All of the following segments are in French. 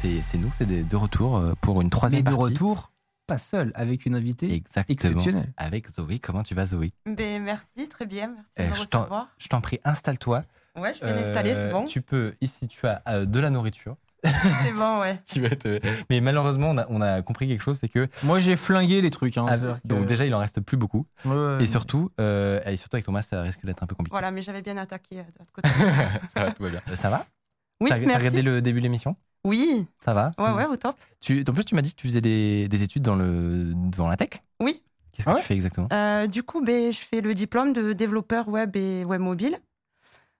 C'est c'est nous, c'est des- de retour euh, pour une troisième Mais de partie. retour, pas seul, avec une invitée. Exactement. exceptionnel. Avec Zoé, comment tu vas Zoé Ben, merci, très bien, merci Eh, de me je t'en- recevoir. Je t'en prie, installe-toi. Ouais, je vais l'installer, c'est Euh, bon. Tu peux, ici tu as euh, de la nourriture. C'est bon, ouais. Tu vas te- Mais malheureusement, on a, on a compris quelque chose, c'est que Moi, j'ai flingué les trucs. hein, Ah, c'est-à-dire que- donc déjà il en reste plus beaucoup Ouais, ouais. et surtout euh, et surtout avec Thomas ça risque d'être un peu compliqué. Voilà, mais j'avais bien attaqué euh, de l'autre côté. ça va, tout va bien. Ça va Oui, T'as t'as merci. regardé le début de l'émission Oui, Ça va ouais, ouais, au top. Tu- en plus tu m'as dit que tu faisais des, des études dans le dans la tech. Oui. Qu'est-ce que Ah tu fais exactement Euh, du coup, ben, je fais le diplôme de développeur web et web mobile,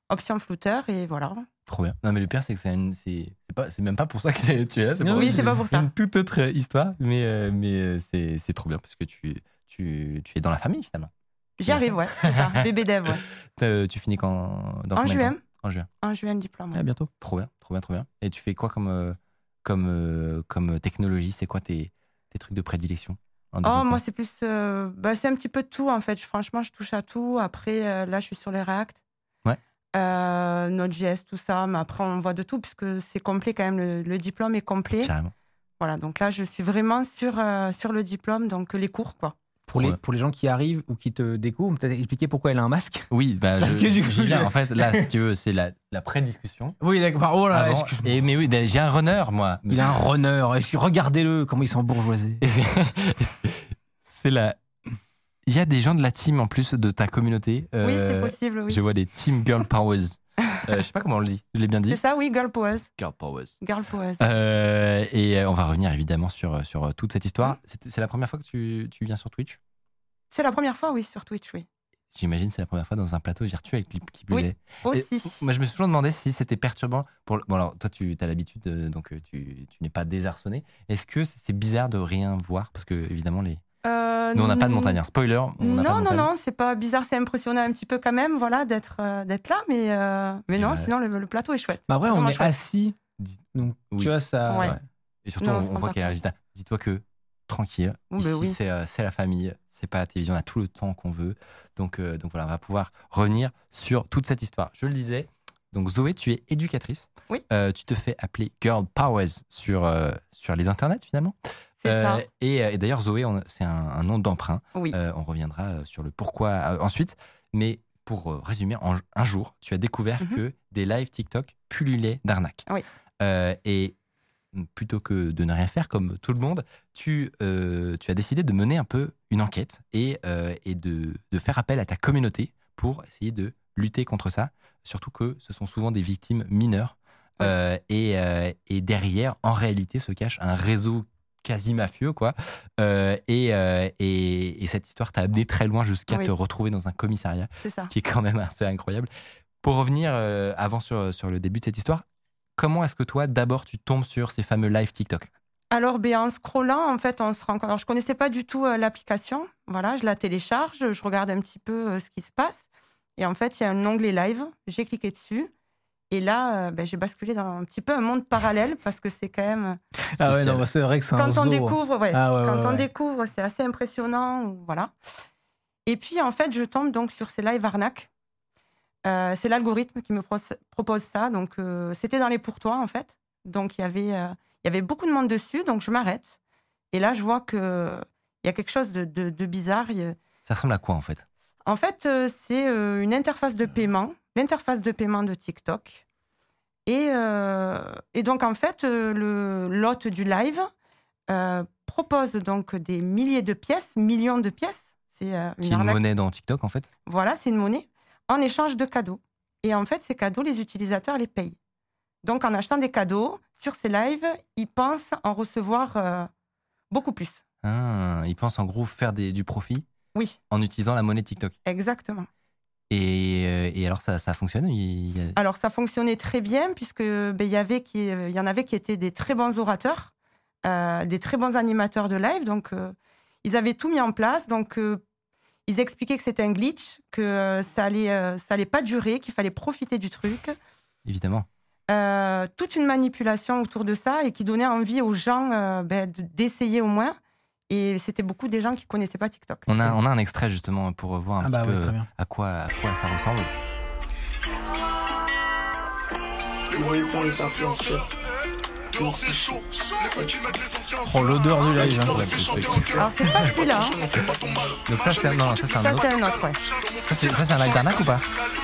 option flouteur, et voilà. Trop bien. Non mais le pire c'est que c'est une- c'est c'est pas c'est même pas pour ça que tu es là. pour Non, oui, une- c'est pas pour ça. Une toute autre histoire, mais euh, mais euh, c'est c'est trop bien parce que tu tu, tu es dans la famille finalement. J'y arrive, ouais, c'est ça, bébé dev, ouais. Euh, tu finis quand dans En combien de temps juin, En juin. en juin, diplôme. ouais. À bientôt. Trop bien, trop bien, trop bien. Et tu fais quoi comme, euh, comme, euh, comme technologie C'est quoi tes, tes trucs de prédilection en Oh, développement moi, c'est plus. euh, bah, c'est un petit peu de tout, en fait. Je- Franchement, je touche à tout. Après, euh, là, je suis sur les React. Ouais. Euh, Node.js, tout ça. Mais après, on voit de tout, puisque c'est complet quand même. Le, le diplôme est complet. Carrément. Voilà, donc là, je suis vraiment sur, euh, sur le diplôme, donc les cours, quoi. Pour Ouais. les, pour les gens qui arrivent ou qui te découvrent, peut-être expliquer pourquoi elle a un masque. Oui, bah, Parce je- que du coup, j'y viens. j'ai- en fait, là, si tu veux, c'est la, la pré-discussion. Oui, d'accord. Oh là, Avant- excuse-moi. et, mais oui, d'ailleurs, j'ai un runner, moi. Il a un runner. Excuse- Regardez-le, comment ils sont bourgeoisés. c'est la. Il y a des gens de la team en plus de ta communauté. Oui, c'est Euh, possible, oui. Je vois des Team Girl Powers. Euh, je sais pas comment on le dit. Je l'ai bien dit. C'est ça, oui, girl poise. Girl Powers. Girl poise. Euh, et euh, on va revenir évidemment sur, sur euh, toute cette Mm. histoire. C'est c'est la première fois que tu, tu viens sur Twitch C'est la première fois, oui, sur Twitch, oui. J'imagine c'est la première fois dans un plateau virtuel qui, qui Oui, bullait. Et oh, Aussi. moi, je me suis toujours demandé si c'était perturbant. Pour le- Bon, alors, toi, tu as l'habitude, euh, donc euh, tu, tu n'es pas désarçonné. Est-ce que c'est bizarre de rien voir Parce que, évidemment, les... Euh, nous, on n'a pas de montagnard. Spoiler, on n'a pas Non, de non, montagnard. non, c'est pas bizarre, c'est impressionnant un petit peu quand même, voilà, d'être euh, d'être là, mais, euh, mais Et non, ouais. Bah sinon le, le plateau est chouette. Mais Bah, après, C'est on vraiment est chouette. assis. Dis- Donc, Oui. tu vois, ça. Ouais. ça- Et surtout, Non, on on, se on rend voit pas qu'il y a un compte. résultat. Dis-toi que, tranquille, Oh, ici, bah oui. c'est euh, c'est la famille, c'est pas la télévision, on a tout le temps qu'on veut. Donc, euh, donc voilà, on va pouvoir revenir sur toute cette histoire. Je le disais, donc Zoé, tu es éducatrice. Oui. Euh, tu te fais appeler Girl Powers sur, euh, sur les internets, finalement. C'est Euh, ça, Et, euh, et d'ailleurs, Zoé, on- c'est un, un nom d'emprunt. oui. Euh, on reviendra euh, sur le pourquoi euh, ensuite. Mais pour euh, résumer, en- un jour, tu as découvert Mhm. que des lives TikTok pullulaient d'arnaques. Oui. Euh, et plutôt que de ne rien faire comme tout le monde, tu, euh, tu as décidé de mener un peu une enquête et, euh, et de, de faire appel à ta communauté pour essayer de lutter contre ça. Surtout que ce sont souvent des victimes mineures. Oui. Euh, et, euh, et derrière, en réalité, se cache un réseau quasi mafieux, quoi. Euh, et, euh, et, et cette histoire t'a amené très loin jusqu'à Oui. te retrouver dans un commissariat, c'est ça. ce qui est quand même assez incroyable. Pour revenir euh, avant sur, sur le début de cette histoire, comment est-ce que toi, d'abord, tu tombes sur ces fameux live TikTok Alors, ben, en scrollant, en fait, on se rend compte. Alors, je connaissais pas du tout euh, l'application. Voilà, je la télécharge, je regarde un petit peu euh, ce qui se passe. Et en fait, il y a un onglet live. J'ai cliqué dessus. Et là, euh, ben, j'ai basculé dans un petit peu un monde parallèle parce que c'est quand même. Ah ouais, spécial. non, c'est vrai que c'est un Quand on zoo. hein. découvre, ouais, Ah ouais, quand ouais, on ouais. découvre, c'est assez impressionnant. ou- Voilà. Et puis, en fait, je tombe donc sur ces live arnaques. Euh, c'est l'algorithme qui me pro- propose ça. Donc, euh, c'était dans les pourtois, en fait. Donc, il y avait, euh, il y avait beaucoup de monde dessus. Donc, je m'arrête. Et là, je vois que euh, il y a quelque chose de, de- de bizarre. Il y a- Ça ressemble à quoi, en fait En fait, euh, c'est euh, une interface de paiement, l'interface de paiement de TikTok. Et, euh, et donc, en fait, euh, le- l'hôte du live euh, propose donc des milliers de pièces, millions de pièces. C'est euh, Qui une est une arnaque. monnaie dans TikTok, en fait Voilà, c'est une monnaie en échange de cadeaux. Et en fait, ces cadeaux, les utilisateurs les payent. Donc, en achetant des cadeaux sur ces lives, ils pensent en recevoir euh, beaucoup plus. Ah, Ils pensent en gros faire des- du profit Oui, en utilisant la monnaie TikTok. exactement. Et, euh, euh, et alors, ça, ça fonctionne il y a- Alors ça fonctionnait très bien puisque ben, il y avait qui- il y en avait qui étaient des très bons orateurs, euh, des très bons animateurs de live. Donc euh, ils avaient tout mis en place. Donc euh, ils expliquaient que c'était un glitch, que euh, ça allait euh, ça allait pas durer, qu'il fallait profiter du truc. Évidemment. Euh, toute une manipulation autour de ça et qui donnait envie aux gens euh, ben, de- d'essayer au moins. Et c'était beaucoup des gens qui connaissaient pas TikTok. On a, on a un extrait justement pour voir un Ah petit bah peu oui, très bien. à quoi, à quoi ça ressemble. Comment ils font les influenceurs Dehors c'est chaud, les petits mettent les anciens Oh, l'odeur du live. hein. Alors c'est pas celui-là, hein. Donc, ça, c'est non, ça, c'est un ça autre. c'est un autre. ouais. Ça, c'est ça, c'est un live d'arnaque ou pas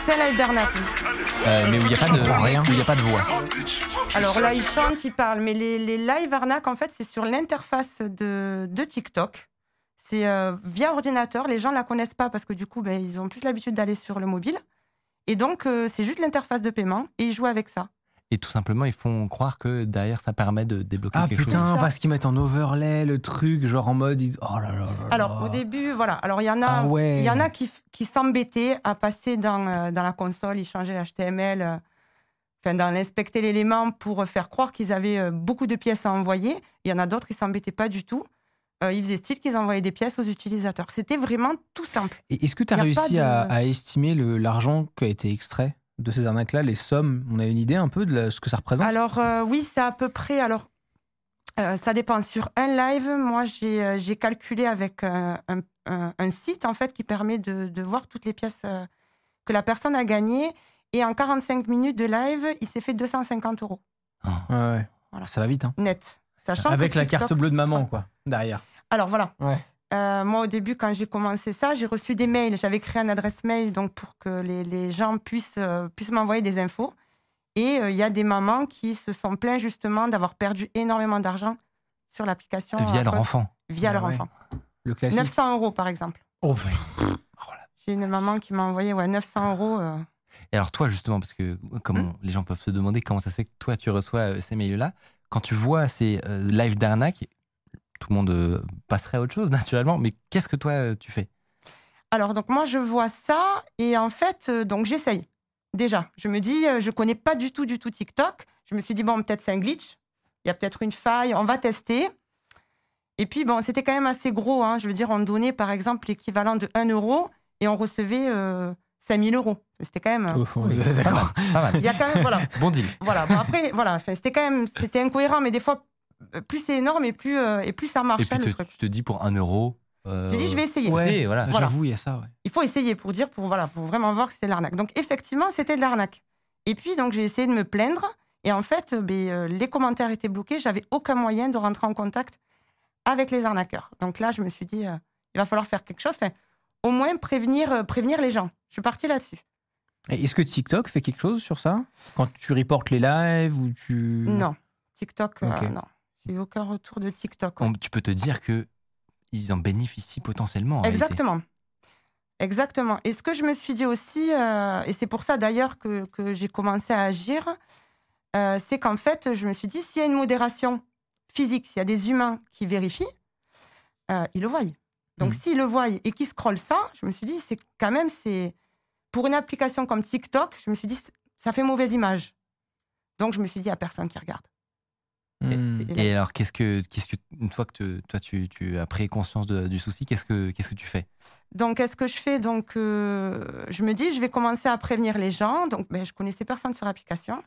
C'est un live d'arnaque, oui. Euh, Mais où il n'y a, pas de- comprends rien. où il y a pas de voix. Alors là, ils chantent, ils parlent, mais les, les live arnaques, en fait, c'est sur l'interface de, de TikTok. C'est euh, via ordinateur. Les gens la connaissent pas parce que du coup, ben, ils ont plus l'habitude d'aller sur le mobile. Et donc, euh, c'est juste l'interface de paiement et ils jouent avec ça. Et tout simplement, ils font croire que derrière, ça permet de débloquer Ah quelque chose. putain, ça. parce qu'ils mettent en overlay le truc, genre en mode. ils- Oh là là là là. Alors, au début, voilà. Alors, il y en a, Ah ouais. il y en a qui, f- qui s'embêtaient à passer dans, euh, dans la console, ils changeaient l'HTML, euh, enfin, dans l'inspecter l'élément pour faire croire qu'ils avaient euh, beaucoup de pièces à envoyer. Il y en a d'autres qui s'embêtaient pas du tout. Euh, ils faisaient style qu'ils envoyaient des pièces aux utilisateurs. C'était vraiment tout simple. Et est-ce que tu as Y a réussi pas à, de- à estimer le- l'argent qui a été extrait de ces arnaques-là, les sommes On a une idée un peu de la- ce que ça représente Alors, euh, oui, c'est à peu près. Alors, euh, ça dépend. Sur un live, moi, j'ai euh, j'ai calculé avec euh, un, un- un site, en fait, qui permet de, de voir toutes les pièces euh, que la personne a gagnées. Et en 45 minutes de live, il s'est fait 250 euros Ouais, ouais. Voilà. Ça va vite. hein. net. Sachant Avec que la TikTok- carte bleue de maman, quoi, derrière. Alors, voilà. Ouais. Euh, moi, au début, quand j'ai commencé ça, j'ai reçu des mails. J'avais créé une adresse mail donc pour que les, les gens puissent, euh, puissent m'envoyer des infos. Et euh, il y a des mamans qui se sont plaints justement d'avoir perdu énormément d'argent sur l'application à Via leur cause- enfant. Via Ah leur ouais. enfant. Le classique. 900 euros par exemple. Oh, J'ai une maman qui m'a envoyé ouais, 900 euros. euh. Et alors, toi, justement, parce que comment, les gens peuvent se demander comment ça se fait que toi, tu reçois euh, ces mails-là, quand tu vois ces euh, lives d'arnaque, tout le monde euh, passerait à autre chose, naturellement, mais qu'est-ce que toi, euh, tu fais Alors donc moi je vois ça et en fait euh, donc j'essaye. Déjà, je me dis euh, je connais pas du tout du tout TikTok. Je me suis dit bon peut-être c'est un glitch. Il y a peut-être une faille. On va tester. Et puis bon c'était quand même assez gros. hein. Je veux dire on donnait par exemple l'équivalent de 1 euro et on recevait euh, 5000 euros. C'était quand même. Oh, Oui, ouais, D'accord. Pas mal. Il y a quand même voilà. Bon deal. voilà. Bon, après, voilà, enfin, c'était quand même, c'était incohérent, mais des fois, euh, plus c'est énorme et plus, euh, et plus ça Et marchait puis, le te- truc. tu te dis pour un euro. euh, J'ai dit, je vais essayer. Ouais. Ouais. voilà. Voilà. J'avoue, il y a ça, ouais. Il faut essayer pour dire, pour voilà, pour vraiment voir que c'était de l'arnaque. Donc effectivement, c'était de l'arnaque. Et puis donc j'ai essayé de me plaindre, et en fait, euh, ben, euh, les commentaires étaient bloqués. J'avais aucun moyen de rentrer en contact avec les arnaqueurs. Donc là, je me suis dit, euh, il va falloir faire quelque chose. Enfin, au moins prévenir, euh, prévenir les gens. Je suis partie là-dessus. Et est-ce que TikTok fait quelque chose sur ça Quand tu reportes les lives ou tu. Non, TikTok, euh, Mmh. Ok. non. J'ai eu aucun retour de TikTok. on- tu peux te dire que ils en bénéficient potentiellement. en réalité. Exactement. Exactement. Et ce que je me suis dit aussi, euh, et c'est pour ça d'ailleurs que, que j'ai commencé à agir, euh, c'est qu'en fait, je me suis dit, s'il y a une modération physique, s'il y a des humains qui vérifient, euh, ils le voient. Mm. Donc Mhm. s'ils le voient et qu'ils scrollent ça, je me suis dit, c'est quand même, c'est pour une application comme TikTok, je me suis dit, c'est- ça fait mauvaise image. Donc je me suis dit, il n'y a personne qui regarde. Hmm. Et, et alors, qu'est-ce que, qu'est-ce que, une fois que te- toi tu, tu as pris conscience de- du souci, qu'est-ce que, qu'est-ce que tu fais Donc, qu'est-ce que je fais Donc, euh, je me dis, je vais commencer à prévenir les gens. Donc, ben, je connaissais personne sur l'application.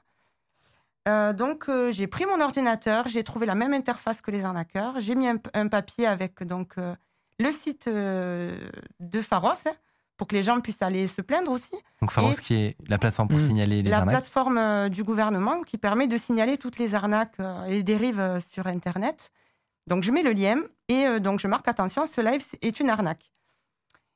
Euh, donc, euh, j'ai pris mon ordinateur, j'ai trouvé la même interface que les arnaqueurs. J'ai mis un, p- un papier avec donc euh, le site euh, de Pharos hein, pour que les gens puissent aller se plaindre aussi. Donc, Pharos, Et- qui est la plateforme pour Mm. signaler les la arnaques. plateforme euh, du gouvernement qui permet de signaler toutes les arnaques euh, et les dérives euh, sur Internet. Donc je mets le lien et euh, donc je marque attention, ce live c- est une arnaque.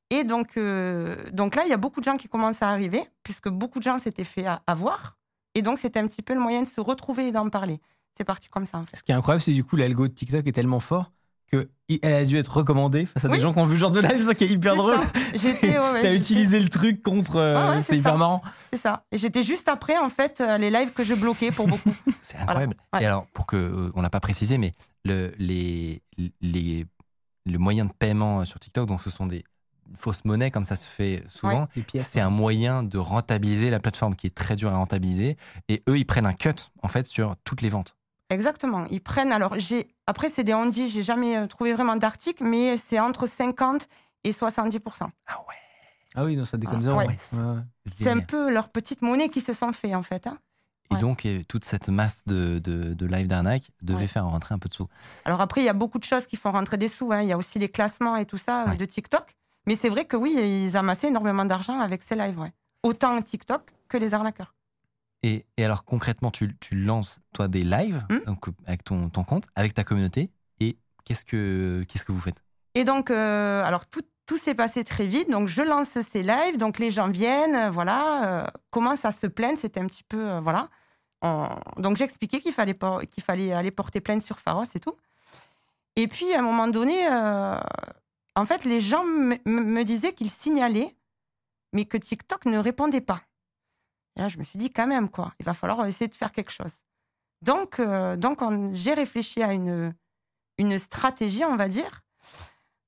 Et donc, euh, donc là, il y a beaucoup de gens qui commencent à arriver, puisque beaucoup de gens s'étaient fait a- avoir. Et donc, c'était un petit peu le moyen de se retrouver et d'en parler. C'est parti comme ça. en fait. Ce qui est incroyable, c'est du coup, l'algo de TikTok est tellement fort que i- elle a dû être recommandée face à des Oui. gens qui ont vu ce genre de live, c'est ça qui est hyper C'est drôle. ça. J'étais, ouais, ouais, T'as j'étais- utilisé le truc contre. euh, Ah ouais, c'est c'est hyper ça. marrant. C'est ça. Et j'étais juste après, en fait, euh, les lives que je bloquais pour beaucoup. C'est incroyable. ouais. Et alors, pour que, euh, on l'a pas précisé, mais le, les, les, le moyen de paiement sur TikTok, euh, donc ce sont des, fausse monnaie, comme ça se fait souvent, Les pièces. c'est un moyen de rentabiliser la plateforme qui est très dure à rentabiliser. Et eux, ils prennent un cut, en fait, sur toutes les ventes. Exactement. Ils prennent. Alors, j'ai après, c'est des on-dit, j'ai jamais euh, trouvé vraiment d'article, mais c'est entre 50 et 70 Ah oui, non, ça déconne Ah, zéro. ouais. ouais. Ouais, ouais. C'est un peu leur petite monnaie qui se sont fait, en fait. hein. Et ouais. donc, euh, toute cette masse de, de, de live d'arnaque devait Ouais. faire rentrer un peu de sous. Alors, après, il y a beaucoup de choses qui font rentrer des sous. hein. Il y a aussi les classements et tout ça euh, Ouais. de TikTok. Mais c'est vrai que oui, ils amassaient énormément d'argent avec ces lives. ouais. Autant TikTok que les arnaqueurs. Et, et alors, concrètement, tu, tu lances, toi, des lives Hmm. donc, euh, avec ton, ton compte, avec ta communauté. Et qu'est-ce que, qu'est-ce que vous faites Et donc, euh, alors, tout, tout s'est passé très vite. Donc, je lance ces lives. Donc, les gens viennent, euh, voilà, euh, commencent à se plaindre. C'était un petit peu, euh, voilà. On- Donc, j'expliquais qu'il fallait, por- qu'il fallait aller porter plainte sur Pharos et tout. Et puis, à un moment donné, euh, en fait, les gens me- me me disaient qu'ils signalaient, mais que TikTok ne répondait pas. Et là, je me suis dit, quand même, quoi, il va falloir essayer de faire quelque chose. Donc, euh, donc on- j'ai réfléchi à une, une stratégie, on va dire,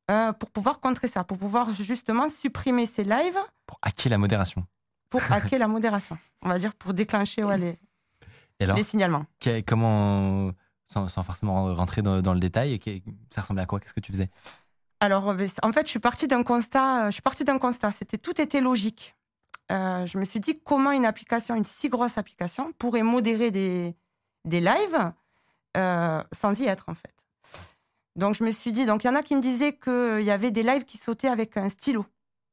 euh, pour pouvoir contrer ça, pour pouvoir justement supprimer ces lives Pour hacker la modération. pour hacker la modération. On va dire pour déclencher ouais, les, Et alors, les signalements. que- comment, euh, sans, sans forcément rentrer dans, dans le détail, que- ça ressemblait à quoi Qu'est-ce que tu faisais Alors, euh, en fait, je suis partie d'un constat. euh, Je suis partie d'un constat. C'était tout était logique. Euh, je me suis dit comment une application, une si grosse application, pourrait modérer des, des lives euh, sans y être en fait. Donc, je me suis dit. Donc, il y en a qui me disaient qu'il y avait des lives qui sautaient avec un stylo,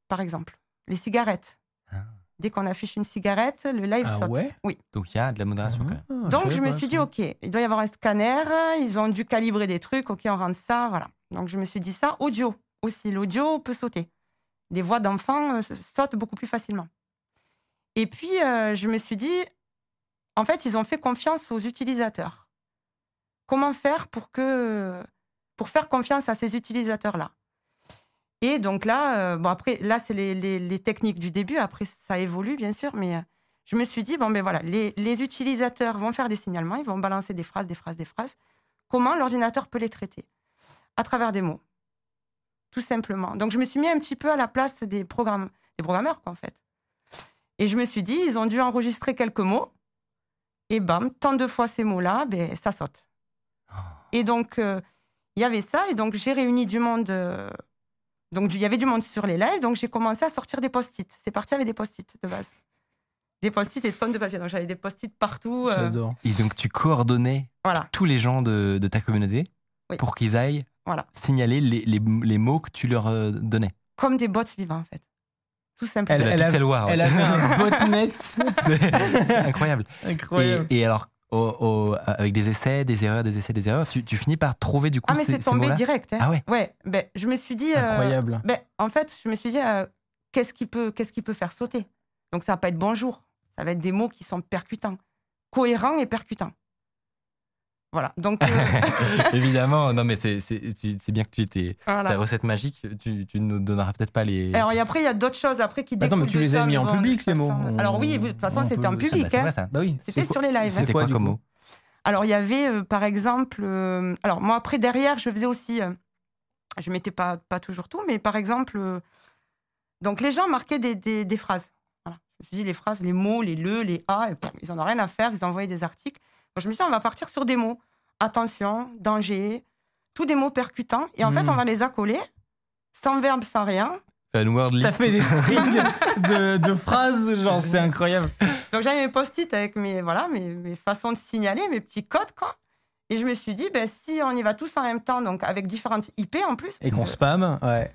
par exemple, les cigarettes. Ah. Dès qu'on affiche une cigarette, le live Ah saute. ouais oui. Donc, il y a de la modération quand même. Ah, Donc, je savais me pas, suis ça. dit, oh, OK, il doit y avoir un scanner, ils ont dû calibrer des trucs, OK, on rentre ça, voilà. Donc, je me suis dit ça, audio aussi, l'audio peut sauter. Les voix d'enfants euh, sautent beaucoup plus facilement. Et puis, euh, je me suis dit, en fait, ils ont fait confiance aux utilisateurs. Comment faire pour, que, pour faire confiance à ces utilisateurs-là Et donc là, euh, bon, après, là, c'est les, les- les techniques du début, après, ça évolue, bien sûr, mais euh, je me suis dit, bon, ben voilà, les, les utilisateurs vont faire des signalements, ils vont balancer des phrases, des phrases, des phrases. Comment l'ordinateur peut les traiter À travers des mots. Tout simplement. Donc, je me suis mis un petit peu à la place des, programmes, des programmeurs, quoi, en fait. Et je me suis dit, ils ont dû enregistrer quelques mots. Et bam, tant de fois ces mots-là, ben, ça saute. Et donc, euh, il y avait ça. Et donc, j'ai réuni du monde. euh, donc, du- il y avait du monde sur les lives. Donc, j'ai commencé à sortir des post-it. C'est parti avec des post-it de base. Des post-it et des tonnes de papier. Donc, j'avais des post-it partout. euh, J'adore. Et donc, tu coordonnais voilà. tous les gens de, de ta communauté Oui. pour qu'ils aillent Voilà. signaler les, les- les mots que tu leur euh, donnais. comme des bots vivants, en fait. Tout simplement. C'est Elle- la elle a- pixel war, Ah ouais. Elle avait un botnet. C'est incroyable. Et, Incroyable. et alors, au- au- avec des essais, des erreurs, des essais, des erreurs, tu, tu finis par trouver du coup Ah, mais ces, c'est ces tombé mots-là. direct. hein. Ah ouais. ben, je me suis dit. euh, Incroyable. ben, en fait, je me suis dit, euh, qu'est-ce qui, peut- qu'est-ce qui peut faire sauter Donc, ça va pas être bonjour. Ça va être des mots qui sont percutants, cohérents et percutants. Voilà. Donc, euh, Évidemment, non mais c'est c'est- tu- c'est bien que tu t'es voilà. ta recette magique, tu, tu nous donneras peut-être pas les. Alors, et après, il y a d'autres choses après qui Attends, mais découlent tu de les ça, as mis mais en bon, de public, toute les mots. façon, euh, Alors, oui, de toute façon, On c'était peut- ça, en Ah bah, public. c'est hein. Ah, vrai, ça. Bah oui. C'était quoi- sur les lives. hein. C'était quoi, quoi du comme coup mot Alors, il y avait, euh, par exemple, euh, alors moi, après, derrière, je faisais aussi, euh, je mettais pas, pas toujours tout, mais par exemple, euh, donc les gens marquaient des, des- des phrases. Voilà. Je me suis dit, les phrases, les mots, les le, les a, et pff, ils en ont rien à faire, ils envoyaient des articles. Moi, je me suis dit, on va partir sur des mots. Attention, danger, tous des mots percutants, et en fait, Mhm. on va les accoler, sans verbe, sans rien. Une word T'as list. fait des strings de, de phrases, genre c'est incroyable. Donc j'avais mes post-it avec mes, voilà, mes, mes façons de signaler, mes petits codes, quoi. Et je me suis dit, ben, si on y va tous en même temps, donc avec différentes IP en plus. Et qu'on parce que- spam, ouais.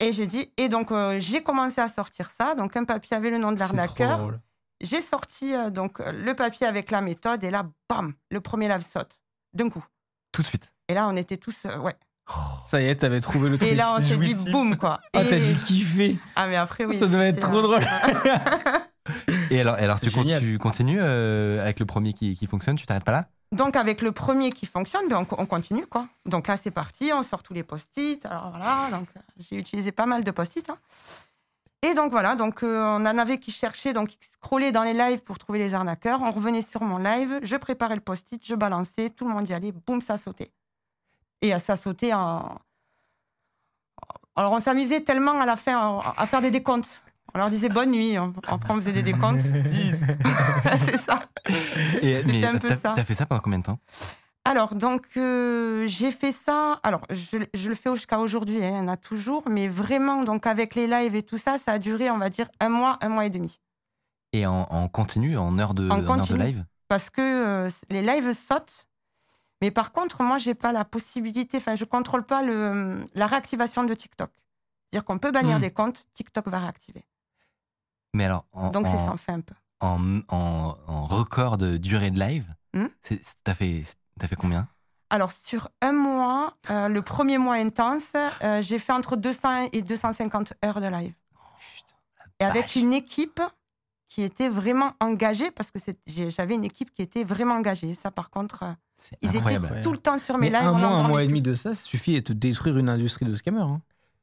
Et j'ai dit, et donc euh, j'ai commencé à sortir ça. Donc un papier avait le nom de C'est trop l'arnaqueur. drôle. J'ai sorti euh, donc euh, le papier avec la méthode et là, bam, le premier lave saute d'un coup. Tout de suite. Et là, on était tous, euh, ouais. Oh. Ça y est, t'avais trouvé le truc. Et là, on s'est dit, jouissif. boum, quoi. Ah, Et- t'as dû kiffer. Ah, mais après, oui. ça devait être c'était, trop euh, drôle. Et alors, et alors C'est tu, con- génial. tu continues euh, avec le premier qui, qui fonctionne, tu t'arrêtes pas là Donc avec le premier qui fonctionne, ben, on, co- on continue quoi. Donc là c'est parti, on sort tous les post-it. Alors voilà, donc euh, j'ai utilisé pas mal de post-it. hein. Et donc voilà, donc euh, on en avait qui cherchaient, donc qui scrollaient dans les lives pour trouver les arnaqueurs. On revenait sur mon live, je préparais le post-it, je balançais, tout le monde y allait, boum ça sautait. Et euh, ça sautait en Alors, on s'amusait tellement à, la faire, à faire des décomptes. On leur disait bonne nuit, on, après on faisait des décomptes. c'est ça. Et, mais un peu t'as- ça. t'as fait ça pendant combien de temps Alors, donc, euh, j'ai fait ça. Alors, je, je le fais jusqu'à aujourd'hui, hein, il y en a toujours, mais vraiment, donc, avec les lives et tout ça, ça a duré, on va dire, un mois, un mois et demi. Et en, en continu, en heure de, En en heure de continu. live Parce que euh, les lives sautent. Mais par contre, moi, j'ai pas la possibilité, enfin, je contrôle pas le, la réactivation de TikTok. C'est-à-dire qu'on peut bannir Hmm. des comptes, TikTok va réactiver. Mais alors, en, Donc, c'est en- ça, on fait un peu. en, en- en record de durée de live, Hmm. c'est- c'est- t'as fait, t'as fait combien Alors, sur un mois, euh, le premier mois intense, euh, j'ai fait entre 200 et 250 heures de live. Et avec vache. une équipe qui était vraiment engagée, parce que c'est- j'ai- j'avais une équipe qui était vraiment engagée. Ça, par contre, euh, C'est ils incroyable. étaient tout le temps sur mes Mais lives. un on mois, un entendait mois et tout. demi de ça, ça suffit à te détruire une industrie de scammers. hein.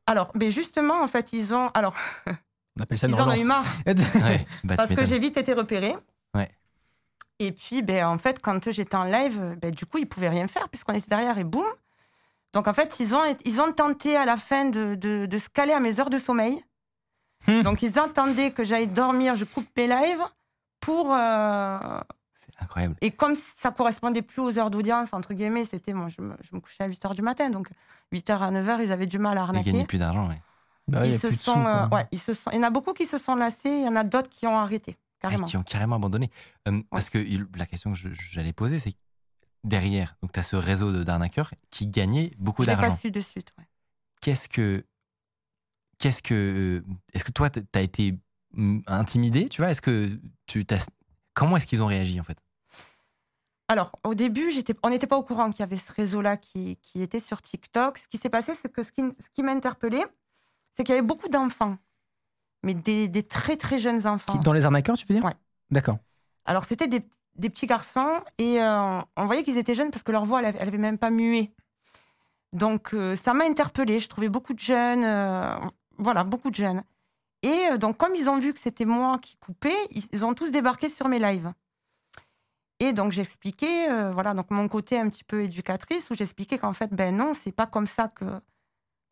Alors, mais justement, en fait, ils ont. Alors, On appelle ça une ils en ont relance. eu marre. Ouais, bah, tu Parce que m'étonnes. j'ai vite été repérée. Ouais. Et puis, ben, en fait, quand j'étais en live, euh, ben, du coup, ils pouvaient rien faire puisqu'on était derrière et boum. Donc, en fait, ils ont, ils ont tenté à la fin de, de, de se caler à mes heures de sommeil. Hmm. Donc, ils attendaient que j'aille dormir, je coupe mes lives pour. euh, C'est incroyable. Et comme ça correspondait plus aux heures d'audience, entre guillemets, c'était moi, je me, je me couchais à 8 h du matin. Donc, 8 h à 9 h, ils avaient du mal à Ils gagnent arnaquer. plus d'argent, ouais. Bah ouais, y Ils a se plus de sous, sont. quoi. euh, ouais, ils se sont. Il y en a beaucoup qui se sont lassés, il y en a d'autres qui ont arrêté, Ah, carrément. qui ont carrément abandonné. Euh, Parce que il- la question que je- j'allais poser, c'est que derrière, donc tu as ce réseau de- d'arnaqueurs qui gagnait beaucoup Je l'ai d'argent. pas su de suite. ouais. Qu'est-ce que. Qu'est-ce que. euh, Est-ce que toi, tu as été mm, intimidé, tu vois Est-ce que tu t'as. Comment est-ce qu'ils ont réagi, en fait Alors, au début, j'étais- on n'était pas au courant qu'il y avait ce réseau-là qui, qui était sur TikTok. Ce qui s'est passé, c'est que ce qui, ce qui m'a interpellée, c'est qu'il y avait beaucoup d'enfants, mais des, des très très jeunes enfants. Qui- Dans les arnaqueurs, tu veux dire Ouais. D'accord. Alors, c'était des, des petits garçons et euh, on voyait qu'ils étaient jeunes parce que leur voix, elle avait- elle avait même pas mué. Donc, euh, ça m'a interpellée. Je trouvais beaucoup de jeunes, euh, voilà, beaucoup de jeunes. Et euh, donc, comme ils ont vu que c'était moi qui coupais, ils, ils ont tous débarqué sur mes lives. Et donc, j'expliquais, euh, voilà, donc mon côté un petit peu éducatrice, où j'expliquais qu'en fait, ben non, c'est pas comme ça que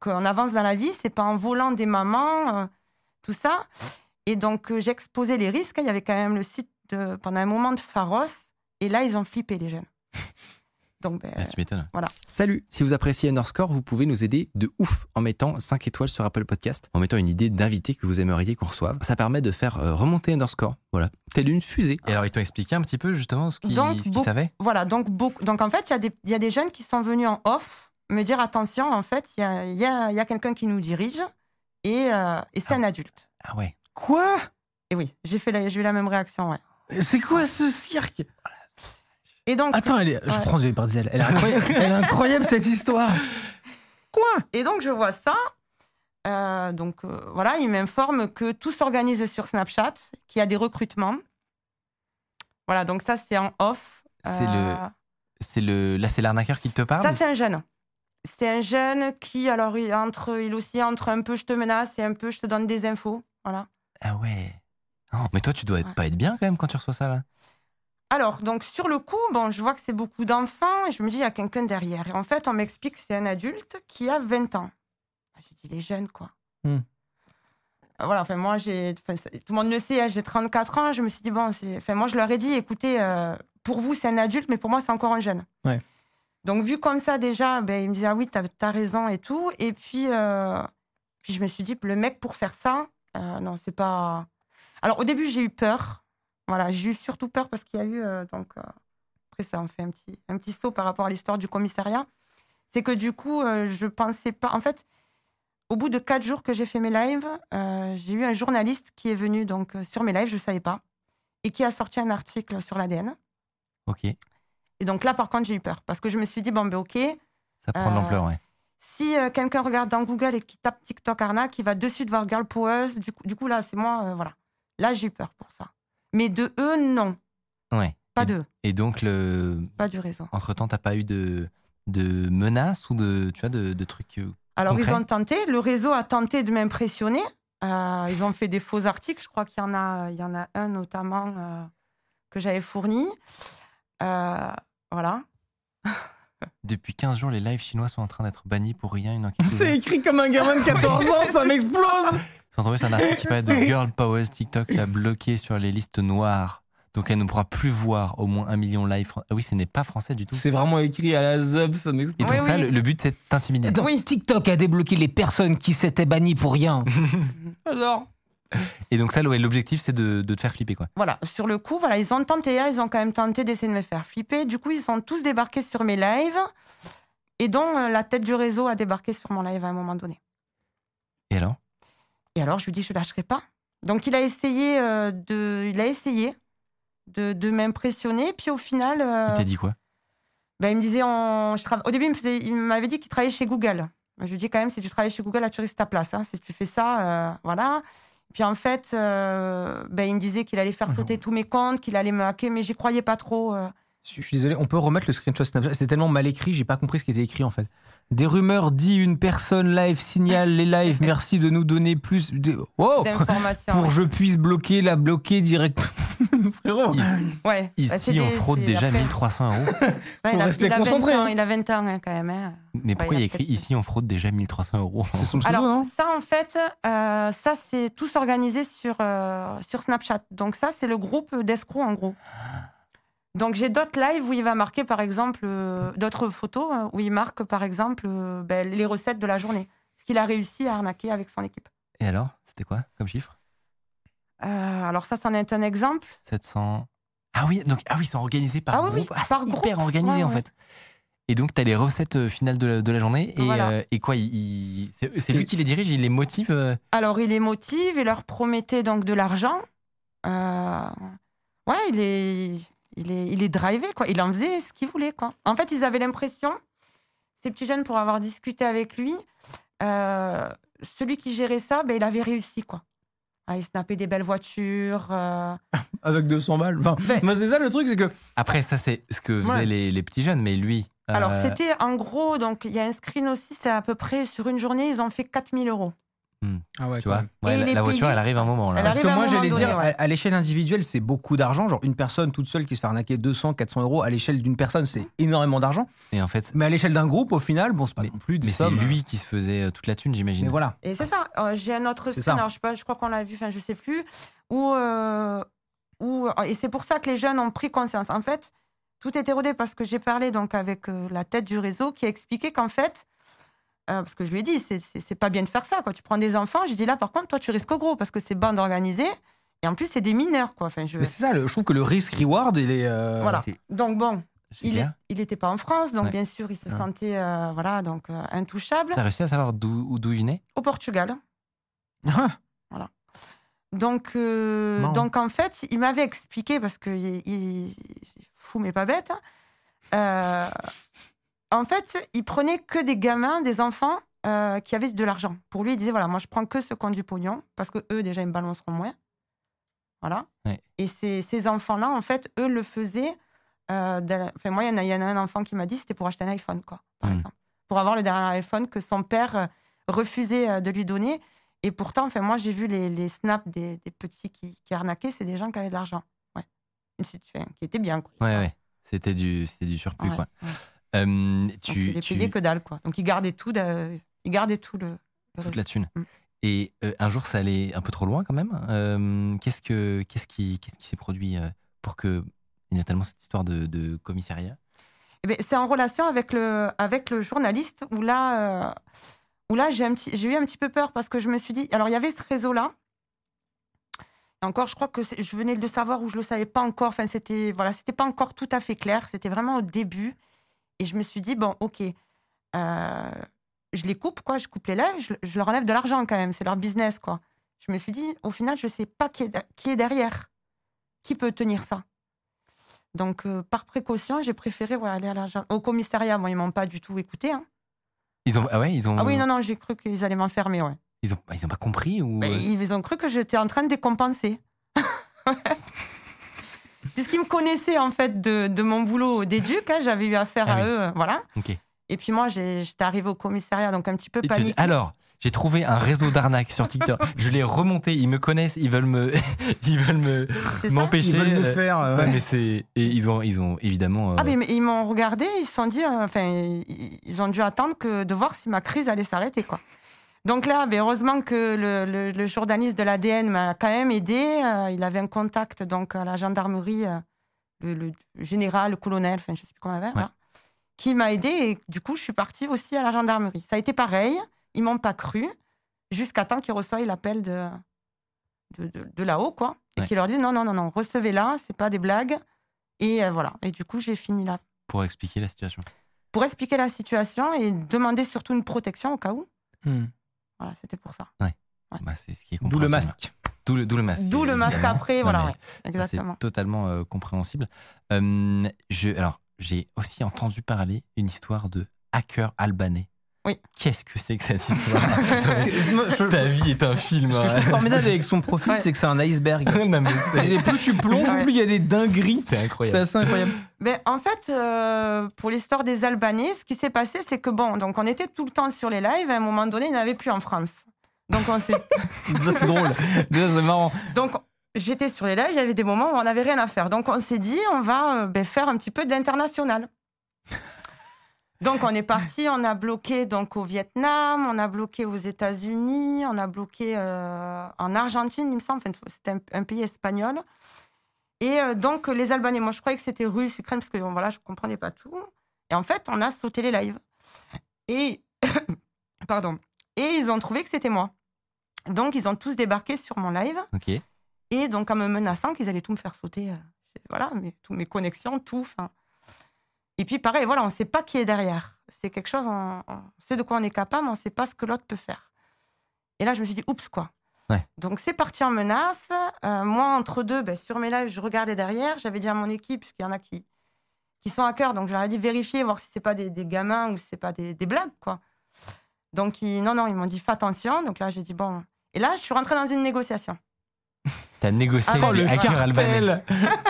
qu'on avance dans la vie, c'est pas en volant des mamans, euh, tout ça. Et donc, euh, j'exposais les risques. Il y avait quand même le site de, pendant un moment de Pharos. Et là, ils ont flippé, les jeunes. Donc, ben, Ah, Tu m'étonnes. Salut, si vous appréciez Underscore, vous pouvez nous aider de ouf en mettant 5 étoiles sur Apple Podcast, en mettant une idée d'invité que vous aimeriez qu'on reçoive. Ça permet de faire euh, remonter Underscore, voilà, telle une fusée. Et alors, ils t'ont expliqué un petit peu, justement, ce qu'ils Donc, ce qu'ils beaucoup- savaient voilà. Donc, beaucoup, donc en fait, il y, a des- il y a des jeunes qui sont venus en off me dire attention, en fait, il y a, il y a- il y a quelqu'un qui nous dirige et, euh, et c'est un adulte. Ah ouais. Quoi Et oui, j'ai fait la- j'ai eu la même réaction. ouais. C'est quoi ce cirque Et donc, Attends, elle est... je Ouais. prends du Bardiel. Elle est incroyable, elle est incroyable cette histoire. Quoi Et donc, je vois ça. Euh, donc, euh, voilà, il m'informe que tout s'organise sur Snapchat, qu'il y a des recrutements. Voilà, donc ça, c'est en off. euh, C'est Ah, C'est le. Là, c'est l'arnaqueur qui te parle. Ça, c'est un jeune. C'est un jeune qui, alors, il, entre, il aussi entre un peu je te menace et un peu je te donne des infos. Voilà. Ah ouais. Non, mais toi, tu dois être- Ouais. pas être bien quand même quand tu reçois ça là. Alors, donc, sur le coup, bon, je vois que c'est beaucoup d'enfants et je me dis, il y a quelqu'un derrière. Et en fait, on m'explique que c'est un adulte qui a 20 ans. Ah, J'ai dit, les jeunes, quoi. Hmm. Euh, Voilà, enfin, moi, j'ai. enfin, c'est- tout le monde le sait, hein, j'ai 34 ans. Je me suis dit, bon, c'est- enfin, moi, je leur ai dit, écoutez, euh, pour vous, c'est un adulte, mais pour moi, c'est encore un jeune. Ouais. Donc, vu comme ça, déjà, ben, il me dit, ah oui, t'as as raison et tout. Et puis, euh, puis, je me suis dit, le mec, pour faire ça, euh, non, c'est pas. Alors, au début, j'ai eu peur. Voilà, j'ai eu surtout peur parce qu'il y a eu. euh, donc, euh, après, ça, on fait un petit, un petit saut par rapport à l'histoire du commissariat. C'est que du coup, euh, je pensais pas. En fait, au bout de quatre jours que j'ai fait mes lives, euh, j'ai eu un journaliste qui est venu donc euh, sur mes lives, je savais pas, et qui a sorti un article sur l'ADN. Ok. Et donc là, par contre, j'ai eu peur parce que je me suis dit, bon, ben ok, Ça prend de Euh, l'ampleur, ouais. si euh, quelqu'un regarde dans Google et qui tape TikTok arnaque, il va de suite voir Girl Poweuse. Du coup, du coup là, c'est moi, euh, voilà. Là, j'ai eu peur pour ça. Mais de eux, non. Ouais. Pas et, d'eux, Et donc le. pas du réseau. Entre temps, t'as pas eu de de menaces ou de tu vois de, de trucs. euh, Alors, concret. ils ont tenté. Le réseau a tenté de m'impressionner. Euh, ils ont fait des faux articles. Je crois qu'il y en a, il y en a un notamment euh, que j'avais fourni. Euh, voilà. Depuis 15 jours, les lives chinois sont en train d'être bannis pour rien. Une enquête. C'est écrit comme un gamin de 14 ans, ça m'explose Sans tomber sur un article qui parlait de Girl Powers, TikTok l'a bloqué sur les listes noires. Donc elle ne pourra plus voir au moins un million live. fran- Ah oui, ce n'est pas français du tout. C'est vraiment écrit à la zub, ça Et m'explose. donc Oui, ça, oui. le, le but, c'est d'intimider. oui, TikTok a débloqué les personnes qui s'étaient bannies pour rien. Alors Et donc ça, ouais, l'objectif, c'est de, de te faire flipper. quoi. Voilà, sur le coup, voilà, ils ont tenté, hein, ils ont quand même tenté d'essayer de me faire flipper. Du coup, ils sont tous débarqués sur mes lives, et dont euh, la tête du réseau a débarqué sur mon live à un moment donné. Et alors Et alors, je lui dis, je lâcherai pas. Donc, il a essayé euh, de, il a essayé de, de m'impressionner. Puis au final, euh, Il t'a dit quoi ben, il me disait, on, je trava- au début, il me faisait- il m'avait dit qu'il travaillait chez Google. Je lui dis quand même, si tu travailles chez Google, là, tu risques ta place. hein. Si tu fais ça, euh, voilà. Puis en fait, euh, ben, il me disait qu'il allait faire Oh, sauter tous mes comptes, qu'il allait me hacker, mais j'y croyais pas trop. euh. Je suis désolé, on peut remettre le screenshot Snapchat. C'était tellement mal écrit, j'ai pas compris ce qui était écrit en fait. Des rumeurs dit une personne live signale les lives, merci de nous donner plus. De... Oh. Wow d'informations. Pour je puisse bloquer, la bloquer directement. Frérot Ouais. Bah, c'est Ici, des- on fraude c'est- déjà après- 1300 euros. Ouais, il, Faut a, rester il a 20 concentré, ans, hein. il a 20 ans hein, quand même. hein. Mais pourquoi il y a Ouais, il a écrit peut-être- ici, on fraude déjà 1300 euros C'est son pseudo, Alors, non ça, en fait, euh, ça, c'est tout organisé sur, euh, sur Snapchat. Donc, ça, c'est le groupe d'escrocs, en gros. Donc, j'ai d'autres lives où il va marquer, par exemple, euh, d'autres photos hein, où il marque, par exemple, euh, ben, les recettes de la journée. Ce qu'il a réussi à arnaquer avec son équipe. Et alors C'était quoi comme chiffre Euh, alors, ça, c'en est un exemple. 700. Ah oui, donc ah oui, ils sont organisés par Ah oui, groupe. oui, ah, c'est par hyper groupe, organisé ouais, en ouais. fait. Et donc, tu as les recettes euh, finales de la, de la journée. Et, Voilà. euh, et quoi il- il- C'est c'est qui- lui qui les dirige, il les motive. euh, Alors, il les motive et leur promettait donc de l'argent. Euh, ouais, il est, il est, il est drivé, quoi. Il en faisait ce qu'il voulait, quoi. En fait, ils avaient l'impression, ces petits jeunes, pour avoir discuté avec lui, euh, celui qui gérait ça, ben, il avait réussi, quoi. Ah, il snappait des belles voitures. euh, Avec 200 balles. Enfin, Mais- moi, c'est ça le truc, c'est que. Après, ça, c'est ce que faisaient Ouais. les, les petits jeunes, mais lui. euh, Alors, c'était en gros, donc il y a un screen aussi, c'est à peu près sur une journée, ils ont fait 4000 euros. Ah ouais, Tu vois, Et ouais, la, il est la voiture, payé. elle arrive un moment. Là. Elle Parce arrive que à un moi, moment j'allais donné, dire, à ouais. à l'échelle individuelle, c'est beaucoup d'argent. Genre, une personne toute seule qui se fait arnaquer 200, 400 euros, à l'échelle d'une personne, c'est énormément d'argent. Et en fait, Mais à l'échelle d'un groupe, au final, bon, c'est pas non plus des mais c'est sommes. hein. lui qui se faisait euh, toute la thune, j'imagine. Mais voilà. Et c'est ça. euh, j'ai un autre Ah. C'est screen, ça. alors je, sais pas, je crois qu'on l'a vu, enfin je sais plus, où, euh, où et c'est pour ça que les jeunes ont pris conscience. En fait, tout était rodé parce que j'ai parlé donc avec euh, la tête du réseau qui a expliqué qu'en fait, euh, parce que je lui ai dit, c'est- c'est c'est pas bien de faire ça. Quoi. Tu prends des enfants, j'ai dit là par contre, toi tu risques au gros parce que c'est bande organisée et en plus c'est des mineurs. Quoi. Enfin, je... Mais c'est ça, le- je trouve que le risk-reward, il est. euh, Voilà. C'est- Donc bon, c'est il est- clair. il n'était pas en France, donc Ouais. bien sûr il se Ah. Ouais. sentait euh, voilà, donc, euh, intouchable. T'as réussi à savoir d'où d'où il venait Au Portugal. Ah, Donc, euh, Marrant. donc en fait, il m'avait expliqué, parce que il, il- fou mais pas bête, hein, euh, en fait, il prenait que des gamins, des enfants euh, qui avaient de l'argent. Pour lui, il disait, voilà, moi je prends que ce qu'on du pognon, parce que eux, déjà, ils me balanceront moins. Voilà. Ouais. Et ces, ces enfants-là, en fait, eux le faisaient. euh, de la- Enfin, moi, il y, en a- il y en a un enfant qui m'a dit, c'était pour acheter un iPhone, quoi, par Hmm. Mm. exemple. Pour avoir le dernier iPhone que son père euh, refusait euh, de lui donner. Et pourtant, enfin, moi, j'ai vu les, les snaps des, des petits qui, qui arnaquaient, c'est des gens qui avaient de l'argent. Ouais. Enfin, qui étaient bien. Quoi. Ouais, ouais. C'était du, c'était du surplus, Ouais, quoi. ouais. Euh, Donc, tu, il les tu- payait que dalle, quoi. Donc, il gardait tout, de- il gardait tout le. le toute reste. la thune. Mm. Et euh, un jour, ça allait un peu trop loin, quand même. Euh, qu'est-ce, que, qu'est-ce, qui, qu'est-ce qui s'est produit euh, pour que, il y a tellement cette histoire de, de commissariat Eh ben, c'est en relation avec le, avec le journaliste où là, euh, où là j'ai, un petit, j'ai eu un petit peu peur parce que je me suis dit. Alors, il y avait ce réseau-là. Et encore, je crois que c'est- je venais de le savoir ou je ne le savais pas encore. Enfin, c'était, voilà, c'était pas encore tout à fait clair. C'était vraiment au début. Et je me suis dit, bon, OK. euh, je les coupe, quoi. Je coupe les lèvres. Je, je leur enlève de l'argent quand même. C'est leur business, quoi. Je me suis dit, au final, je ne sais pas qui est, de- qui est derrière. Qui peut tenir ça donc, euh, par précaution, j'ai préféré voilà, aller à la gen- au commissariat. Bon, ils m'ont pas du tout écouté. hein. ils ont, Ah ouais, ils ont, Ah oui, non, Bah, non, j'ai cru qu'ils allaient m'enfermer. Ouais. Ils, ont, ah, ils ont pas compris ou... euh, Mais Ils ont cru que j'étais en train de décompenser. Puisqu'ils me connaissaient, en fait, de, de mon boulot des ducs. hein, J'avais eu affaire Ah à oui. eux. euh, Voilà. Ok. Et puis moi, j'ai- j'étais arrivée au commissariat, donc un petit peu Ils te disent, paniquée. Alors, J'ai trouvé un réseau d'arnaques sur TikTok. Je l'ai remonté. Ils me connaissent. Ils veulent me, ils veulent me C'est ça m'empêcher. Ils veulent le euh, faire. euh, ouais, mais c'est et ils ont, ils ont évidemment. euh, Ah, mais ils m'ont regardé, ils se sont dit, euh, enfin, ils ils ont dû attendre que, de voir si ma crise allait s'arrêter, quoi. Donc là, ben, heureusement que le, le- le journaliste de l'ADN m'a quand même aidé. euh, il avait un contact donc à la gendarmerie, euh, le, le général, le colonel, enfin, je sais plus comment on avait, là, qui m'a aidé. Et du coup, je suis partie aussi à la gendarmerie. Ça a été pareil. Ils m'ont pas cru jusqu'à temps qu'ils reçoivent l'appel de, de, de- de là-haut, quoi. Et Ouais. qu'ils leur disent non, non, non, non, recevez-la, c'est pas des blagues. Et euh, voilà. Et du coup, j'ai fini là. pour expliquer la situation. Pour expliquer la situation et demander surtout une protection au cas où. hmm. Voilà, c'était pour ça. Bah, c'est ce qui est D'où le compréhensible. masque. D'où le, d'où le masque. D'où le Ah, évidemment. masque après, Non, voilà, mais ouais, ça, c'est exactement. totalement euh, compréhensible. Euh, je, alors, j'ai aussi entendu parler une histoire de hacker albanais. Oui. Qu'est-ce que c'est que cette histoire Parce que- moi, je- Ta vie est un film. Ce que je hein. trouve formidable avec son profil, Ouais. c'est que c'est un iceberg. Non, mais c'est- Et plus tu plonges, Ouais. plus il y a des dingueries. c'est C'est incroyable. assez incroyable. Mais en fait, euh, pour l'histoire des Albanais, ce qui s'est passé, c'est que bon, donc on était tout le temps sur les lives, à un moment donné, il n'y en avait plus en France. Donc on s'est Déjà, c'est drôle. Déjà, c'est marrant. Donc, j'étais sur les lives, il y avait des moments où on n'avait rien à faire. Donc, on s'est dit, on va euh, ben, faire un petit peu de l'international. Donc, on est parti, on a bloqué donc au Vietnam, on a bloqué aux États-Unis, on a bloqué euh, en Argentine, il me semble. Enfin, c'était un, un pays espagnol. Et euh, donc, les Albanais, moi, je croyais que c'était russe, ukraine, parce que bon, voilà, je ne comprenais pas tout. Et en fait, on a sauté les lives. Et, pardon. Et ils ont trouvé que c'était moi. Donc, ils ont tous débarqué sur mon live. Ok. Et donc, en me menaçant qu'ils allaient tout me faire sauter. euh, Voilà, mes, tous mes connexions, tout. 'fin. Et puis, pareil, voilà, on ne sait pas qui est derrière. C'est quelque chose, on, on sait de quoi on est capable, mais on ne sait pas ce que l'autre peut faire. Et là, je me suis dit, oups, quoi. Ouais. Donc, c'est parti en menace. Euh, moi, entre deux, ben, sur mes lives, je regardais derrière. J'avais dit à mon équipe, puisqu'il y en a qui, qui sont à cœur, donc je leur ai dit vérifier, voir si ce n'est pas des, des gamins ou si ce n'est pas des, des blagues, quoi. Donc, ils- non, non, ils m'ont dit, fais attention. Donc là, j'ai dit, bon. Et là, je suis rentrée dans une négociation. T'as négocié Ah, avec le des hackers albanais. Oh, Cartel.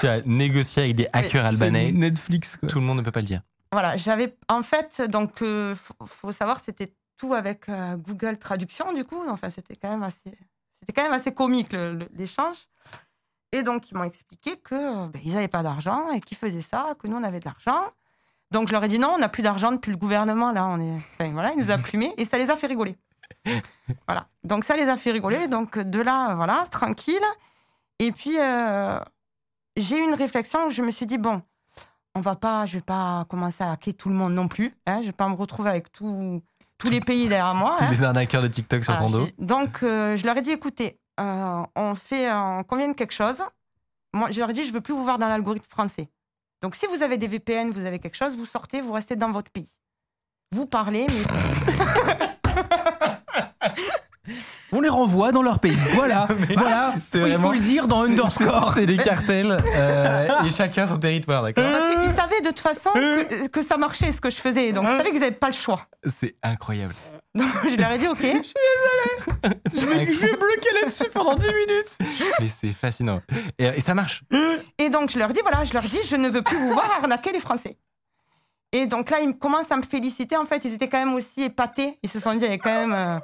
Tu as négocié avec des hackers albanais. C'est Netflix, quoi. Tout le monde ne peut pas le dire. Voilà, j'avais en fait donc euh, faut, faut savoir c'était tout avec euh, Google Traduction du coup, enfin c'était quand même assez c'était quand même assez comique le- le- l'échange. Et donc ils m'ont expliqué que euh, ben, ils n'avaient pas d'argent et qu'ils faisaient ça, que nous on avait de l'argent. Donc je leur ai dit non, on n'a plus d'argent depuis le gouvernement là, on est enfin, voilà, il nous a plumés et ça les a fait rigoler. Voilà. Donc ça les a fait rigoler donc de là euh, voilà, tranquille. Et puis euh, j'ai eu une réflexion où je me suis dit bon, on va pas, je vais pas commencer à hacker tout le monde non plus. Hein, je vais pas me retrouver avec tout- tous les pays derrière moi. Tous hein. les arnaqueurs de TikTok sur Voilà, ton dos. j'ai- Donc, euh, je leur ai dit, écoutez, euh, on fait, euh, on convient de quelque chose. Moi, je leur ai dit, je veux plus vous voir dans l'algorithme français. Donc, si vous avez des VPN, vous avez quelque chose, vous sortez, vous restez dans votre pays. Vous parlez, mais On les renvoie dans leur pays. Voilà. voilà. c'est Il vraiment- faut le dire dans Underscore. C'est des cartels euh, et chacun son territoire, d'accord parce qu'ils savaient de toute façon que, que ça marchait ce que je faisais. Donc, ils savaient qu'ils n'avaient pas le choix. C'est incroyable. Donc, je leur ai dit, ok. Je vais, je vais bloquer là-dessus pendant 10 minutes. Mais c'est fascinant. Et, et ça marche. Et donc, je leur dis, voilà, je leur dis, je ne veux plus vous voir arnaquer les Français. Et donc là, ils me- commencent à me féliciter. En fait, ils étaient quand même aussi épatés. Ils se sont dit, elle est quand même. euh,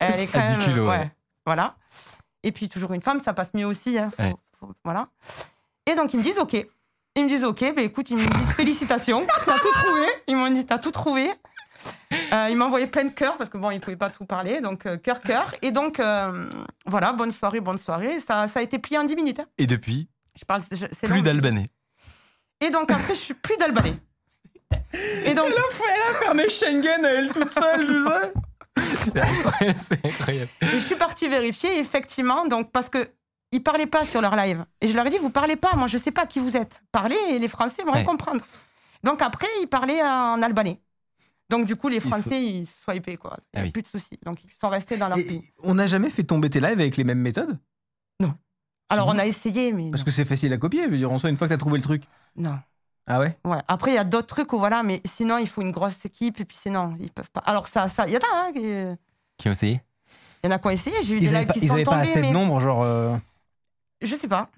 elle est quand À 10 même. euh, kilos, ouais. Voilà. Et puis, toujours une femme, ça passe mieux aussi. hein, faut- Ouais. faut- voilà. Et donc, ils me disent, OK. Ils me disent, OK, bah, écoute, ils me disent, félicitations, t'as tout trouvé. Ils m'ont dit, t'as tout trouvé. Euh, ils m'ont envoyé plein de cœurs, parce que bon, ils ne pouvaient pas tout parler. Donc, euh, cœur, cœur. Et donc, euh, voilà, bonne soirée, bonne soirée. Ça, ça a été plié en 10 minutes. hein. Et depuis, Je parle, je- c'est long, plus mais- d'albanais. et donc après, je suis plus d'Albanais. Et donc, Fermez Schengen à elle toute seule, tout ça. C'est incroyable. c'est incroyable. et je suis partie vérifier, effectivement, donc parce que ils parlaient pas sur leur live. Et je leur ai dit, vous parlez pas, moi je sais pas qui vous êtes. Parlez et les Français vont Ouais. comprendre. Donc après, ils parlaient en albanais. Donc du coup, les sont- Français, ils, swipaient, quoi. Il y a Ah oui. Plus de soucis. Donc ils sont restés dans leur Et pays. on n'a jamais fait tomber tes lives avec les mêmes méthodes Alors on a essayé, mais Parce que c'est facile à copier. Je veux dire, en soi, une fois que t'as trouvé le truc. non. Ah ouais Ouais. Après, il y a d'autres trucs où voilà, mais sinon, il faut une grosse équipe et puis sinon, ils peuvent pas. Alors ça, ça, il y en a, hein, qui- il Qui ont essayé y en a qui ont essayé. J'ai eu Ils des avaient lives pas, qui ils sont avaient tombés, pas assez mais de nombre, genre. euh, je sais pas.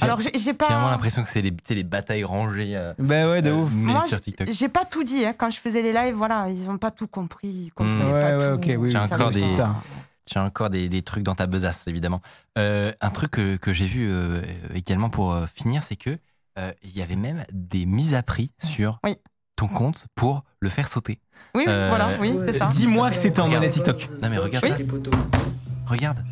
Alors, j'ai j'ai J'ai vraiment pas. l'impression que c'est les, tu sais, les batailles rangées. euh, Ben ouais, de euh, ouf. mais Moi, sur TikTok. J'ai pas tout dit. hein. Quand je faisais les lives, voilà, ils ont pas tout compris. Ils comprenaient Mmh. pas Ouais, ouais, tout. ok, oui, J'ai Ça encore me des- semble. ça. Tu as encore des, des trucs dans ta besace, évidemment. Euh, un truc que, que j'ai vu euh, également pour euh, finir, c'est que euh, il y avait même des mises à prix sur Oui. ton compte pour le faire sauter. Oui, oui, Euh, voilà, oui, c'est ça. Dis-moi que c'est en Regarde. monnaie TikTok. Non, mais regarde ça. Les poteaux. Regarde.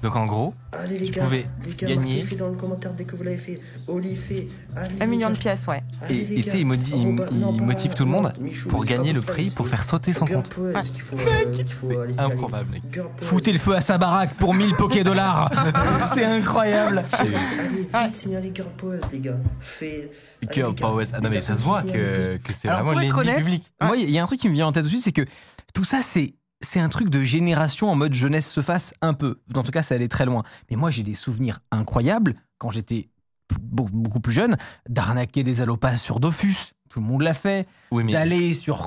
Donc en gros, Allez les Tu gars, pouvais les gars, gagner. marquez fait dans le commentaire dès que vous l'avez fait. Oli fait. Allez, Un les million de gars. pièces, ouais. Allez, et les et tu gars. sais, il, modi- il- Robin- non, il pas- motive tout le non, monde Michou, pour c'est pas gagner le possible, prix pour c'est- faire sauter son Girl compte. Poise, qu'il faut, euh, qu'il faut C'est aller s'y aller. improbable, mec. Girl Poise. Foutez le feu à sa baraque pour 1000 poké dollars. C'est incroyable. Allez, vite, signalez Girl Poise, les gars. Fait. Que- bah ouais, ah non, mais ça se voit que, que c'est Alors, vraiment pour être l'ennemi honnête, public. moi, il y a un truc qui me vient en tête tout de suite, c'est que tout ça, c'est. C'est un truc de génération en mode jeunesse se fasse un peu. En tout cas, ça allait très loin. Mais moi, j'ai des souvenirs incroyables quand j'étais p- beaucoup beaucoup plus jeune d'arnaquer des allopas sur Dofus. Tout le monde l'a fait. Oui, mais D'aller sur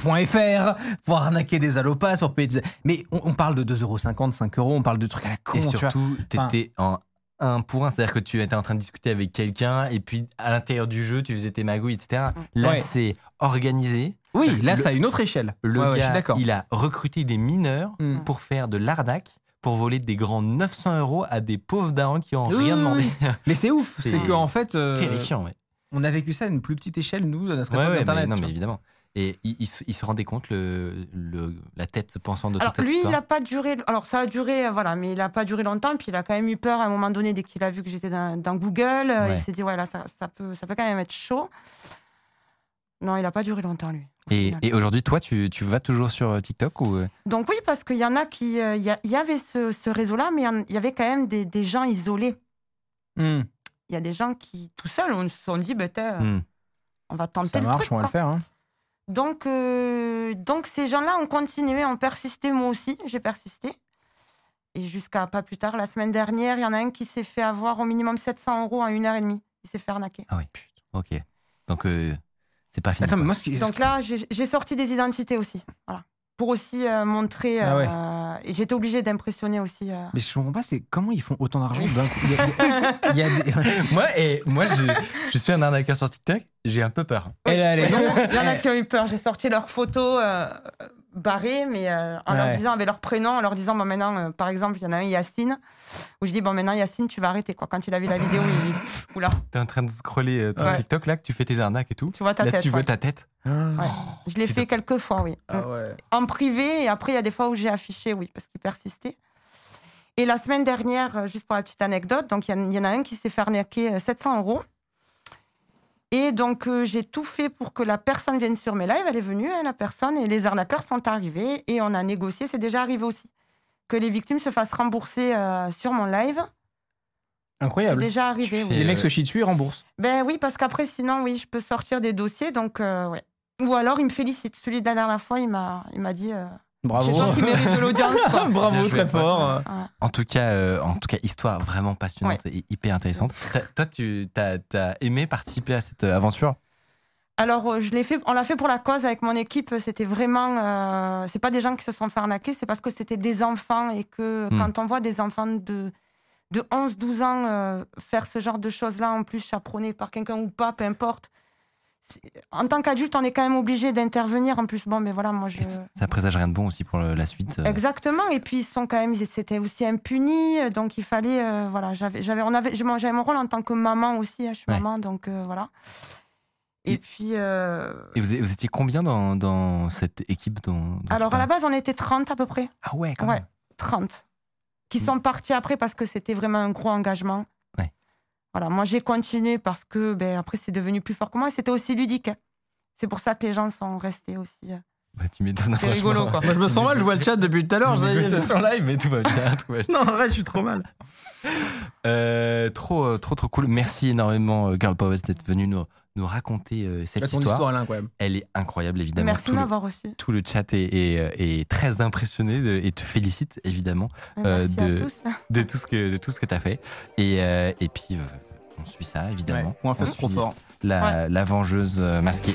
coco.fr pour arnaquer des allopas pour payer des... Mais on, on parle de 2,50€, 5 euros, on parle de trucs à la con. Et tu vois. surtout, Enfin- t'étais en un pour un, c'est-à-dire que tu étais en train de discuter avec quelqu'un et puis à l'intérieur du jeu, tu faisais tes magouilles, etc. Là, Ouais. c'est organisé. Oui, là, Le- ça a une autre échelle. Le Ouais, ouais, je suis gars, d'accord. il a recruté des mineurs Hmm. pour faire de l'ardac, pour voler des grands 900 euros à des pauvres darons qui ont Oui, rien oui, demandé. oui. Mais c'est ouf, C'est c'est qu'en fait, euh, Terrifiant, ouais. on a vécu ça à une plus petite échelle, nous, à notre Ouais, époque ouais, mais d'Internet, non, tu mais vois. évidemment. Et il, il se- il se rendait compte, le, le- la tête pensante de Alors toute cette lui, il histoire. n'a pas duré. Alors ça a duré, euh, voilà, mais il n'a pas duré longtemps. Puis il a quand même eu peur à un moment donné dès qu'il a vu que j'étais dans, dans Google. euh, Ouais. Il s'est dit ouais là, ça, ça peut, ça peut quand même être chaud. Non, il n'a pas duré longtemps lui. au Et, final. et aujourd'hui, toi, tu, tu vas toujours sur euh, TikTok ou euh, Donc oui, parce qu'il y en a qui, euh, il y, a- il y avait ce, ce réseau-là, mais il y en- il y avait quand même des, des gens isolés. Hmm. Il y a des gens qui, tout seuls, on se sont dit, bah, t'es, euh, hmm. on va tenter Mm. Ça le marche, truc. on va quoi. le faire. hein. Donc, euh, donc ces gens-là ont continué, ont persisté, moi aussi, j'ai persisté. Et jusqu'à pas plus tard, la semaine dernière, il y en a un qui s'est fait avoir au minimum 700 euros en une heure et demie. Il s'est fait arnaquer. Ah oui, ok. Donc, euh, c'est pas fini. Attends, mais quoi. moi, ce qui. Donc là, j'ai j'ai sorti des identités aussi. Voilà. Pour aussi euh, montrer. Ah ouais. euh, et j'étais obligée d'impressionner aussi. euh. Mais je comprends pas, c'est comment ils font autant d'argent d'un coup. Il y a- il y a des- Moi, et moi je, je suis un arnaqueur sur TikTok, j'ai un peu peur. Elle, elle est- Il y en a- il y en a qui ont eu peur. J'ai sorti leurs photos euh, barrées, mais euh, en Ouais. leur disant, avec leur prénom, en leur disant, bon, maintenant, euh, par exemple, il y en a un, Yacine, où je dis, bon, maintenant, Yacine, tu vas arrêter. Quoi. Quand il a vu la vidéo, il dit, oula, T'es en train de scroller euh, ton Ouais. TikTok là, que tu fais tes arnaques et tout. tu vois ta Là, tête. tu ouais. vois ta tête. Ouais. Je l'ai Tu fait quelques fois, oui. Mm. Ah ouais. En privé, et après, il y a des fois où j'ai affiché, oui, parce qu'il persistait. Et la semaine dernière, euh, juste pour la petite anecdote, donc il y, en- il y en a un qui s'est fait arnaquer euh, 700 euros. Et donc, euh, j'ai tout fait pour que la personne vienne sur mes lives. Elle est venue, hein, la personne, et les arnaqueurs sont arrivés. Et on a négocié, c'est déjà arrivé aussi, que les victimes se fassent rembourser euh, sur mon live. C'est Incroyable. déjà arrivé, Tu oui. fais- Les mecs se chient dessus et remboursent. Ben oui, parce qu'après, sinon, oui, je peux sortir des dossiers. Donc, euh, ouais. Ou alors, il me félicite. Celui de la dernière fois, il m'a il m'a dit... euh, Bravo. C'est toi qui mérite de l'audience, quoi. Bravo, Bien joué, très fort. En tout cas, euh, en tout cas, histoire vraiment passionnante et hyper intéressante. T'as- Toi, tu t'as as aimé participer à cette euh, aventure Alors, euh, je l'ai fait, on l'a fait pour la cause avec mon équipe. C'était vraiment. euh, c'est pas des gens qui se sont fait arnaquer, c'est parce que c'était des enfants et que Hmm. quand on voit des enfants de, de 11, 12 ans euh, faire ce genre de choses-là, en plus chaperonné par quelqu'un ou pas, peu importe. c'est- En tant qu'adulte, on est quand même obligé d'intervenir. En plus, bon, mais voilà, moi je. Et c- Ça présage rien de bon aussi pour le- la suite. euh. Exactement. Et puis ils sont quand même, ils étaient aussi impunis, euh, donc il fallait, euh, voilà, j'avais, j'avais, on avait, j'ai mon- j'avais mon rôle en tant que maman aussi. hein, je suis Ouais. maman, donc euh, voilà. Et, Et- puis, euh, Et vous, é- vous étiez combien dans, dans cette équipe dont, dont tu alors à la parles base, on était 30 à peu près, Ah ouais, quand ouais, même. 30, qui Mm. sont partis après parce que c'était vraiment un gros engagement. Ouais. Voilà, moi j'ai continué parce que, ben après, c'est devenu plus fort que moi. et C'était aussi ludique. hein. C'est pour ça que les gens sont restés aussi. euh. Bah, tu m'étonnes. C'est rigolo, quoi. Moi, je me sens mal, je vois le chat depuis tout à l'heure. ça y est. sur live, mais tout va bien, tout va bien. Non, en vrai, je suis trop mal. Euh, trop, euh, trop, trop cool. Merci énormément, euh, Girl Powers, d'être venu nous, nous raconter euh, cette Bah, Ton histoire. histoire, là, incroyable. Elle est incroyable, évidemment. Merci tout, de le, m'avoir reçu. tout le chat est, euh, est- est très impressionné de- et te félicite, évidemment, Euh, Merci de- à tous. de tout ce que, de tout ce que tu as fait. Et, euh, et puis, euh, on suit ça, évidemment. Ouais, on va faire suit trop fort. La, la vengeuse euh, masquée.